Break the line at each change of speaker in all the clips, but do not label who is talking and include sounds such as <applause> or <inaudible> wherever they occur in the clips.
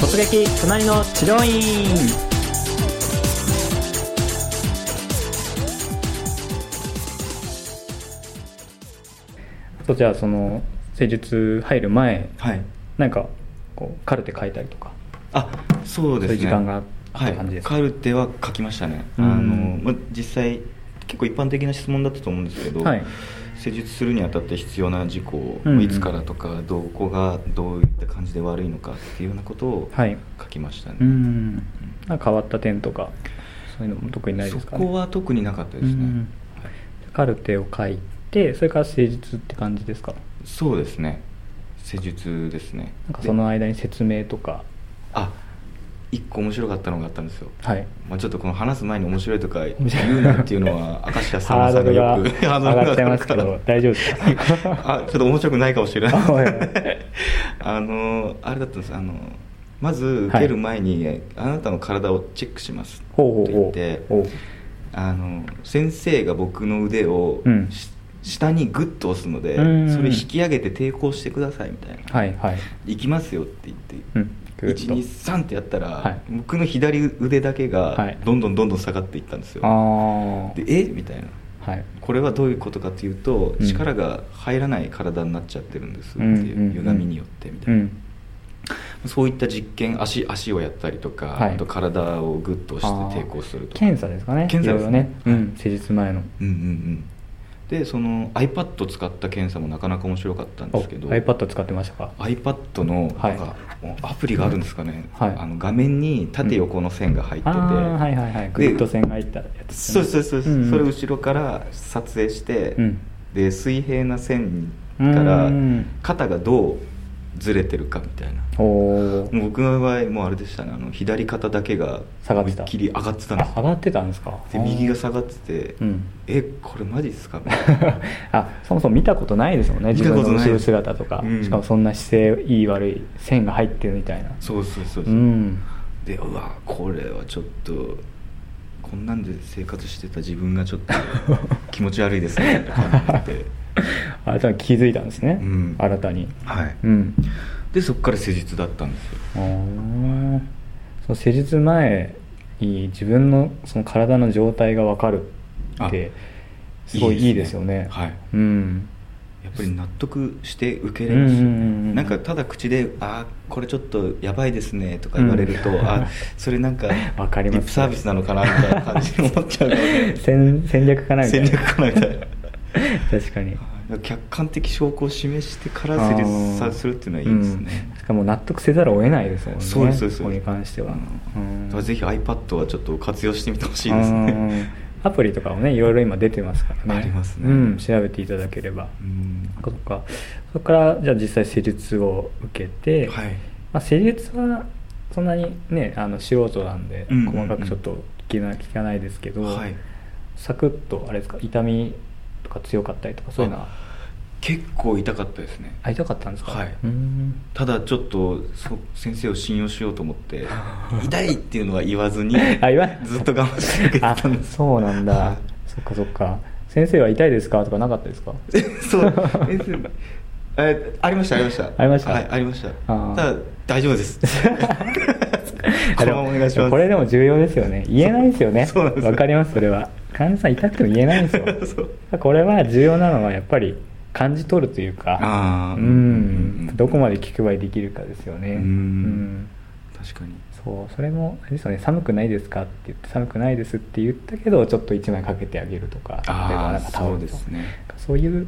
突撃隣の治療院
とじゃあその施術入る前
はい
なんかこうカルテ書いたりとか
あそう
そ
で
う
す
いう時
ね
間があっ
は
た感じ
い、
です
カルテは書きましたね、
うん
あのまあ、実際結構一般的な質問だったと思うんですけど、
はい
施術するにあたって必要な事項、
うんうん
いつからとかどこがどういった感じで悪いのかっていうようなことを
はい
書きましたね、
うんなんか変わった点とかそういうのも特にないで
そ
すかね
こは特になかったですね、
うんカルテを書いてそれから施術って感じですか
そうですね施術ですね
なんか
で
その間に説明とか
あ一個面白かったのがあったんですよ
はい
まあ、ちょっとこの話す前に面白いとか言うなっていうのは明石家さん
ハ
ま
ー
さ
ド
んが
ルが
よ
上
く
がっちゃいますけ
<laughs> ハードルが上
ど
がるから
大丈夫ですか
<laughs> あちょっと面白くないかもしれ
<laughs>
な
はいはい
い <laughs> あのあれだったんですあのまず受ける前に、あなたの体をチェックします
ほう
って
ほ
言
う
って
ほう
あの先生が僕の腕を、
うん
し下にグッと押すので
うん
それ引き上げて抵抗してくださいみたいな
おはいはい
行きますよって言って、
うんグッと
123ってやったら、
はい
僕の左腕だけ
は
が
い
どんどんどんどん下がっていったんですよ、
ああ
でえみたいな
はい
これはどういうことかというと、
うん
力が入らない体になっちゃってるんですって
うん
いう、
うん
歪みによってみた
う
いな、
ん
そういった実験足足をやったりとか、
はい
あと体をグッと
あ
押して
ー
抵抗するとか
検査ですかね
検査ですね
いろいろね、うん、施術前の
うんうんうんでその iPad を使った検査もなかなか面白かったん
お
ですけど
iPad 使ってましたか
iPad の
は
ないんかもうアプリがあるんですかね、
はい
あの画面に縦横の線が入って
あ
て、
あはいはいはいグッと線が入ったやつです
そ
ね、
うそうそう、
んん
それを後ろから撮影して、
うん
で水平な線から
うん
肩がどうずれてるかみたいな
おお
もう僕の場合もうあれでしたねあの左肩だけが
下がってた
思いっきり上がってたんです
あ上
よ
がってたんですか
で右が下がってて、
うん
えこれマジっすかみたいな
<laughs> あそもそも見たことないですもんね
見
自
た
分
こと
の
ない
後ろ姿とか
うん
しかもそんな姿勢いい悪い線が入ってるみたいな
そうそうそう
う
そう、
ん
でうわこれはちょっとこんなんで生活してた自分がちょっ
<laughs>
と気持ち悪いですねって感じて
あなたは気づいたんですね、
うん
新たに
はい
うん
でそこから施術だったんですよ
あーその施術前に自分のその体の状態が分かるってすごいいいですよね
はい
うん
やっぱり納得して受け入れます、
うんうんうんうん
なんかただ口で「あーこれちょっとやばいですね」とか言われると、
うん
あそれなんか
わかります
リップサービスなのかなみたいな感じに思っちゃう
<laughs>
ので
戦戦略かなみたい
戦
な
略かなみたいな
<laughs> 確かに
客観的証拠を示してから成立さするっていうのはいいですね、
うんしかも納得せざるを得ないですもんね
そうですそうです
ここに関しては、
うんだからぜひ iPad はちょっと活用してみてほ
ひ
しいですね
アプリとかもねいろいろ今出てますからね
ありますね
うん、調べていただければ、
うん
そっかそこからじゃあ実際施術を受けて、
はい
まあ、施術はそんなにねあの素人なんで、
うんうんうん
細かくちょっと聞けな聞かないですけど、
はい
サクッとあれですか痛みとか強かったりとかそういうのは
結構痛かったですね
あ痛かったんですか、
はいう
ーん
ただちょっとそ先生を信用しようと思って
<laughs>
痛いっていうのは言わずに
あ言わない
ずっと我慢して受けて
あ
たんです
そうなんだ、
は
そっかそっか先生は痛いですかとかなかったです
<laughs>
か
い <laughs> そう先生えありましたありました
ありました
はいありました
あー
ただ大丈夫です
<laughs>
<laughs> このままお願いし
で
ま
も
す
これでも重要ですよね言えないですよね
そうそうなんですよ
わかりますそれは患者さん痛くても言えないん
<laughs>
ですよこれは重要なのはやっぱり感じ取るというか
ああ
うんどこまで気配りできるかですよね
う
う
ん
ん
確かに
そうそれもあれですよね寒くないですかって言って寒くないですって言ったけどちょっと1枚かけてあげるとか例えば
あ
な
あ
んかタオ
そう
ル
で
とか
すね
そういう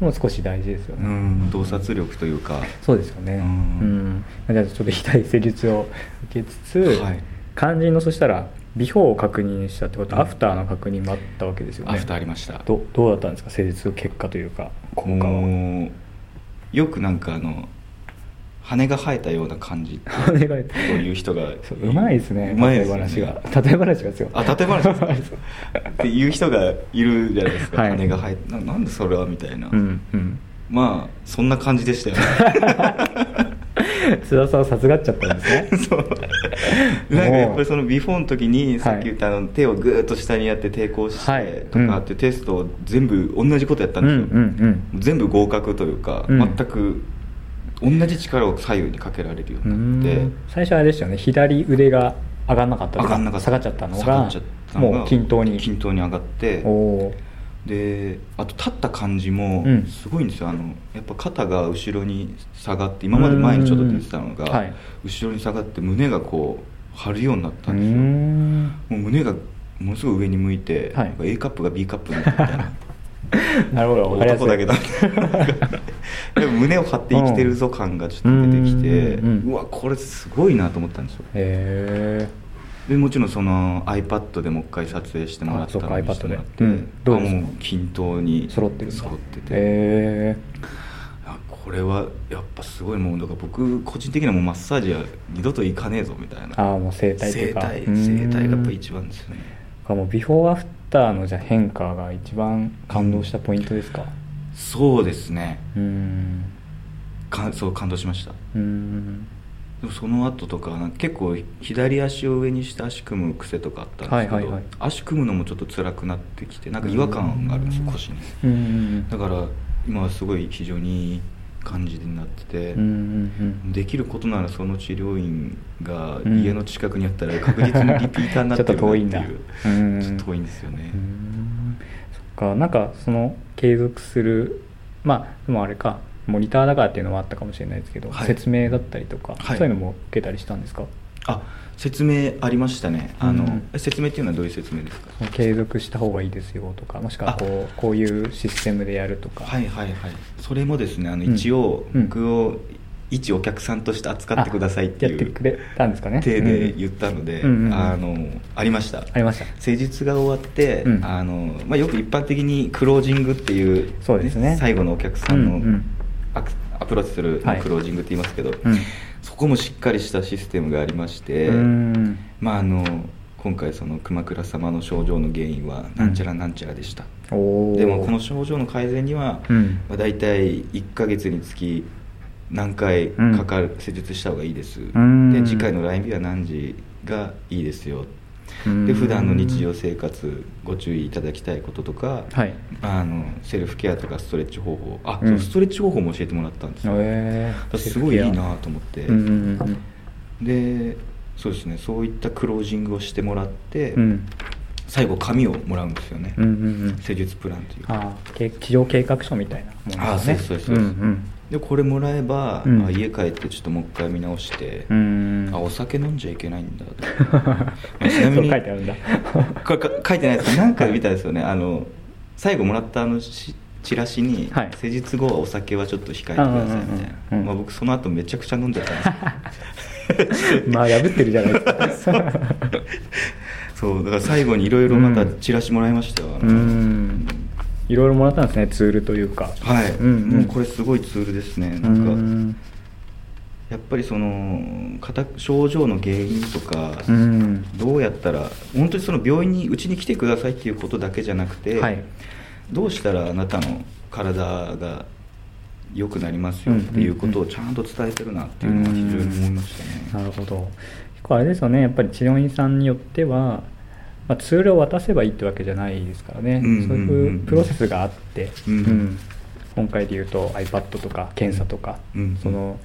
のも少し大事ですよ
う
ね、
ん洞察力というか
そうですよね、う
うんん
じゃあちょっと痛い施術を受けつつ、
はい
肝心のそしたらビフォーを確認したってことは
うん
アフターの確認もあったわけですよね
アフターありました
どどうだったんですか施術の結果というか効果は <laughs>
もうよくなんかあの羽が生えたような感じ
お願い
という人が
そううまいですね
うまいですよね
例え話が例え話がですよ
あ例え話ですか
<laughs>
っていう人がいるじゃないですか、
はい
羽が生えてななんでそれはみたいな、
うんうん
まあそんな感じでしたよね
<laughs> 津田さんはさすがっちゃったんですね
そうなんかやっぱりそのビフォーの時にさっき言ったあの手をグーッと下にやって抵抗し
はい
てとかっていうテストを全部同じことやった
うんんう
で
ん
すよ、
うん
全部合格というか、
うん
全く同じ力を左右にかけられるようになって
最初あれでしたよね左腕が上がんなかったと
上がんなかった
下がっちゃったの
下が
が
っちゃったのが
もう均等に
均等に上がって
おおー
であと立った感じも
うん
すごいんですよ、あのやっぱ肩が後ろに下がって今まで前にちょっと出てたのが、
うんはい
後ろに下がって胸がこう張るようになっ
う
た
ー
んですよ
ん
もう胸がものすごい上に向いて、
はい
なんか A カップが B カップになったみたいな
なるほどわかりやす
男
い
だ
<laughs>
けど <laughs> でも胸を張って生きてるぞ感がちょっと出てきて、
う
うん
うんうん
わこれすごいなと思ったんですよ
へ
でもちろんその iPad でもう一回撮影してもらった
あそ
の
う
に
か
してもらって、
iPad でうんどうですか
あもう均等に
え揃ってるんだ
揃ってて、
へ
あこれはやっぱすごいもうだから僕個人的にはもうマッサージは二度と行かねえぞみたい
え
な
ああもう整体っていうか
整体
うーん
整体がやっぱ一番ですよね
あもうビフォーアフターのじゃあ変化が一番感動したポイントですか
そうですね
うーん
かそう感動しました
うーん
でもその後とかなんか結構左足を上にして足組む癖とかあったんですけど、
はいはいはい
足組むのもちょっと辛くなってきてなんか違和感があるんですよ
うん
腰に
うーん
だから今はすごい非常にいい感じになってて、
うんうん
できることならその治療院が
うん
家の近くにあったら確実にリピーターになってるなってい
<laughs>
う
ちょっと遠いんだうん
ちょっと遠いんですよね
うーんそっかなんかその継続するまあでもあれかモニターだからっていうのもあったかもしれないですけど、
はい
説明だったりとか、
はい
そういうのも受けたりしたんですか
あ説明ありましたねあの、
うん
説明っていうのはどういう説明ですか
その継続した方がいいですよとかもしくはこうこういうシステムでやるとか、
はいはいはいそれもですねあの
うん
一応、
うん
僕を一お客さんとして扱ってくださいって
あやって
いう
くれたんですかね
手で
うん
言ったので、
うんうんうん
あのありました
ありました
施術が終わって、
うん
あのまあ、よく一般的にクロージングっていう,、
そうですね
最後のお客さんの、
うんうん
アクアプローチする
はい
クロージングって言いますけど、
うん
そこもしっかりしたシステムがありまして、
うーん
まあ、あの今回その熊倉様の症状の原因はなんちゃらなんちゃらでした、
おー
でもこの症状の改善には、
うん
まあ、大体1ヶ月につき何回かかる、施術した方がいいです、
ん
で次回の来日は何時がいいですよ
うん
で普段の日常生活ご注意いただきたいこととか、
はい
あのセルフケアとかストレッチ方法あ、
うん
そうストレッチ方法も教えてもらったんですよ、
へ
だ
ー
からすごいいいなと思って、
うんうんうん
でそうですねそういったクロージングをしてもらって、
うん
最後紙をもらうんですよね、
うんうんうん
施術プランというか
ああけ企業計画書みたいなもんですね
あそうそうそうそううん
うん
でこれもらえば、
うん
あ家帰ってちょっともう一回見直して、
うーん <laughs>
あお酒飲んじゃいけないんだと
そう
ちなみに
書いてあるんだ
<laughs> これか書いてないですけどなんか見たんですよねあの最後もらったあのしチラシに、
はい
施術後はお酒はちょっと控えてくださいみたいな、
うんうんうんうん
まあ、僕その後めちゃくちゃ飲んじゃったんですよ
<laughs> まあ破ってるじゃないです
<laughs>
か
そうだから最後にいろいろまたチラシもらいましたよ、
う
あの
ーんいろいろもらったんですねツールというか
はい、
うんうん
もうこれすごいツールですねな
うん
か
ん
やっぱりその肩症状の原因とか、
うん
どうやったら本当にその病院にうちに来てくださいっていうことだけじゃなくて、
はい
どうしたらあなたの体が良くなりますよっていうことをちゃんと伝えてるなっていうのは非常に思いましたね、
なるほど結構あれですよねやっぱり治療院さんによっては、まあ、ツールを渡せばいいってわけじゃないですからね、
うんうんうん
そういうプロセスがあって、
うん
今回でいうと iPad とか検査とか、
うんうん
その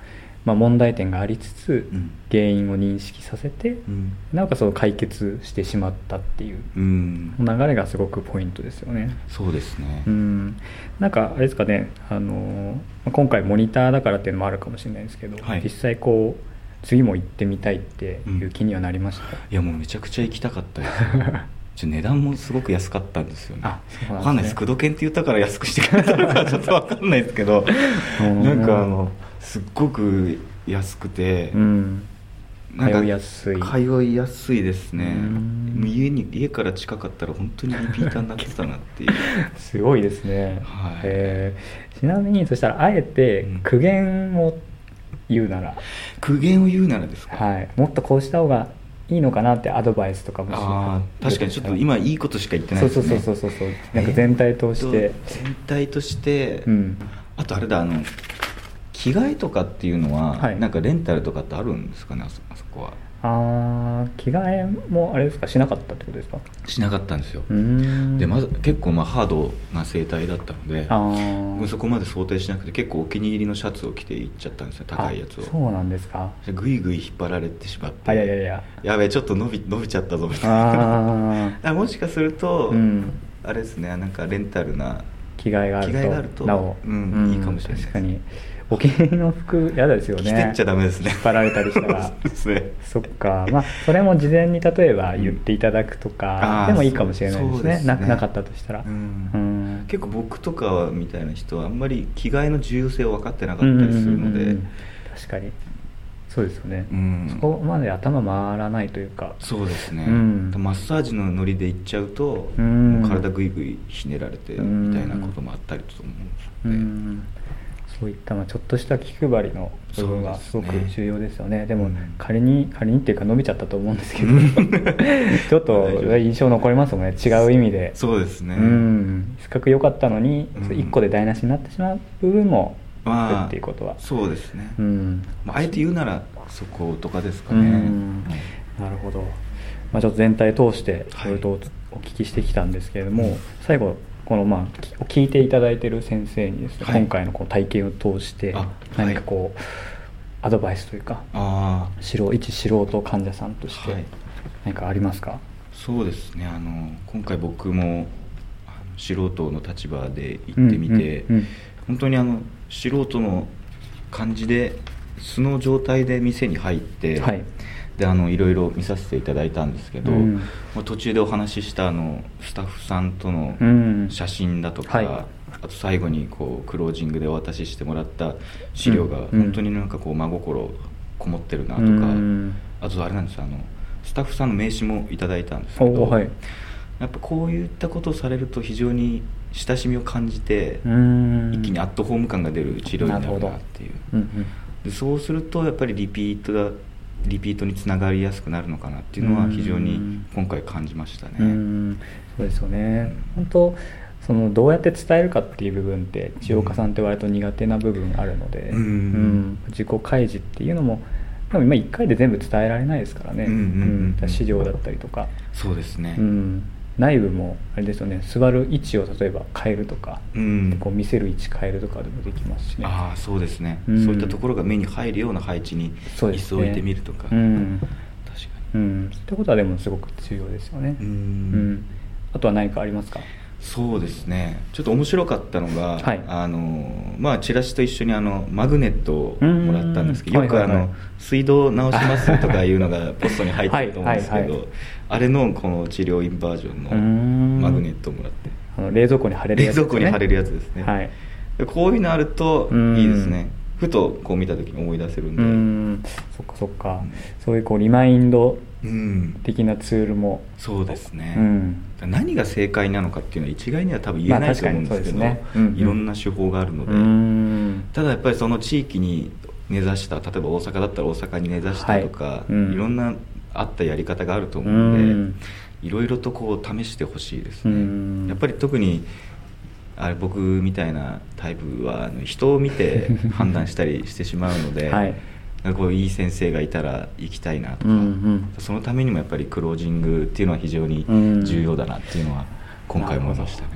まあ、問題点がありつつ、
うん
原因を認識させて、
うん
なおかつその解決してしまったっていう
うん
流れがすごくポイントですよね。
そうですね、
うん、なんかあれですかね、あのーまあ今回モニターだからっていうのもあるかもしれないですけど、
はい
実際こう次も行ってみたいっていう気にはなりました、
いやもうめちゃくちゃ行きたか
<laughs>
ったですちょ値段もすごく安かったんですよね
あそうなんですね
わかんないです工藤研って言ったから安くしてくれたのかちょっとわかんないですけど
うん
なんかあのすっごく安くて、
うん
なんか
通いやすい
通いやすいですね
うん
もう家に家から近かったら本当にリピーターになってたなっていう
<laughs> すごいですね、
はい
えーちなみにそしたらあえて
うん
苦言を言うなら、
苦言を言うならですか
はい、もっとこうした方がいいのかなってアドバイスとかもし
ああ確かにちょっと今いいことしか言ってないです
そう
ね
そうそうそうそうなんか全体通して
えっと全体として、
うん
あとあれだあの昨着替えとかっていうのは、
はい
なんかレンタルとかってあるんですかねあそあそこは
あー着替えもあれですかしなかったってことですか
しなかったんですよ、
うーん
でまず結構まあハードな生態だったので
あー
そこまで想定しなくて結構お気に入りのシャツを着て行っちゃったんですよ高いやつ
あ
を
そうなんですか
ぐいぐい引っ張られてしまって
あいやいやいや
やべえちょっと伸び伸びちゃったぞみたいな
あ
<laughs> あもしかする
あ
と、
うん
あれですねなんかレンタルな
着替えがあると
着替えがあると
なお、
うんいいかもしれない
確かにお気に入りの服嫌ですよ
着
ね
てっちゃダメですね
引っ張られたりしたら
<laughs> そうですね
そっかまあそれも事前に例えば言っていただくと
あ
か
ー
でもいいかもしれないで
そ
す
うで
ね
すね
ななかったとしたら
うん
うん
結構僕とかみたいな人はあんまり着替えの重要性を分かってなかったりするの
うんうんうんう
で
ん確かにそうですよね、
うん
そこまで頭回らないというか
そうですね、
うん
マッサージのノリで行っちゃうと、
うん
もう体ぐいぐいひねられて
うん
みたいなこともあったりと思う
う
ので、
んそういったまあちょっとした気配りの部分がす
そ
ご
うで
く
すね
重要ですよねでも、
うん
仮に仮にっていうか伸びちゃったと思うんですけど <laughs> ちょっ
大丈
と
夫
印象残りますもんね違う意味で
<laughs> そうですね、
うんせっかく良かったのに、
うん
1個で台無しになってしまう部分も
ま
あるっていうことは
そうですね、
うん
まあ、あえて言うならそことかですかね、
うん
はい
なるほど、まあ、ちょっと全体通してい
は
ろ
い
いろとお聞きしてきたんですけれども、
うん
最後このまあき聞いていただいてる先生にですね、
はい
今回のこの体験を通して
あ
何かこう、アドバイスというか
ああ
素人一素人患者さんとして
はい
何かありますか、
そうですねあの今回僕もあの素人の立場で行ってみて、
うんうんうん
本当にあの素人の感じで素の状態で店に入って、
はい
であのいろいろ見させていただいたんですけど、
うん
まあ途中でお話ししたあのスタッフさんとの
うん
写真だとか、
はい
あと最後にこうクロージングでお渡ししてもらった資料が
うん
本当になんかこう真心こもってるなとか、
うん
あとあれなんですよあのスタッフさんの名刺もいただいたんですけど、
おはい
やっぱこういったことをされると非常に親しみを感じて、
うん
一気にアットホーム感が出る治療にな
なるほ
る
ど
なっていう
うんうん
でそうするとやっぱりリピートだリピートにつながりやすくなるのかなっていうのは非常に今回感じました
う
ね
んそうですよね本当そのどうやって伝えるかっていう部分って治療家さんって割と苦手な部分あるので、
うん
うん自己開示っていうのもでも今1回で全部伝えられないですからね、
うんうんうん
だから資料だったりとか、
そうですね
うん、内部もあれですよね座る位置を例えば変えるとか、
うん
こう見せる位置変えるとかでもできますしね
ああそうですね、
うん
そういったところが目に入るような配置に
そう
椅
です
子
ね
を置いてみるとか、
うん
確か
うん、そういったことはでもすごく重要ですよね、
にうん、
うんあとは何かありますか
そうですねちょっと面白かったのが、
はい
あのまあ、チラシと一緒にあのマグネットをもらったんですけど
うん
よくあの、
はいはいはい
水道直しますとかいう
<laughs>
のがポストに入ってると思うんですけど、
はいはいはい
あれのこの治療院バージョンの
うん
マグネットをもらって
あの冷蔵庫に貼れる
冷
やつです
蔵
ね
庫に貼れるやつですね
はい
でこういうのあると
うん
いいですねふとこう見た時に思い出せる
う
んで
んそっかそっか、
うん
そういうこうリマインド
うん
的なツールも
そうですね、
うん
何が正解なのかっていうのは一概には多分言えないと思うんですけど、
まあ確かにそうですねうんうん
いろんな手法があるの
う
で、
ん
ただやっぱりその地域に根ざした例えば大阪だったら大阪に根ざしたとか、
はい
い
うん
ろんなあったやり方があると思うので、
うん
いろいろとこう試してほしいです
う
ね、
ん
やっぱり特にあれ僕みたいなタイプはあの人を見て
<laughs>
判断したりしてしまうので、
はい
なんかこういい先生がいたら行きたいなと
う
か、
んうん
そのためにもやっぱりクロージングっていうのは非常に
うん
重要だなっていうのは今回思いましたね。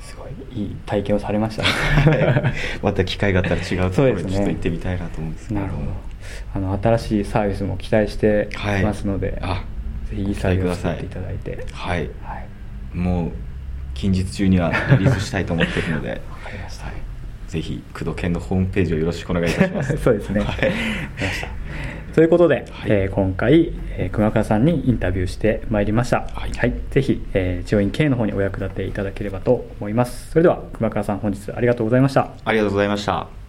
すごいいい体験をされました
はい <laughs> また機会があったら違うところにちょっと行ってみたいなと思うんですけど
なるほどあの新しいサービスも期待して
はい
ますので、
あ
ぜひいいサービスを作っていただいて
はい
はい
もう近日中にはリリースしたいと思っているので
<laughs> わかりました、
ぜひ工藤研のホームページをよろしくお願いいたします
<laughs> そうですね、
はい
わかりましたということで、
はい
えー今回、えー熊川さんにインタビューしてまいりました、
はい
ぜひ、えー、治療院 K の方にお役立ていただければと思いますそれでは熊川さん本日ありがとうございました
ありがとうございました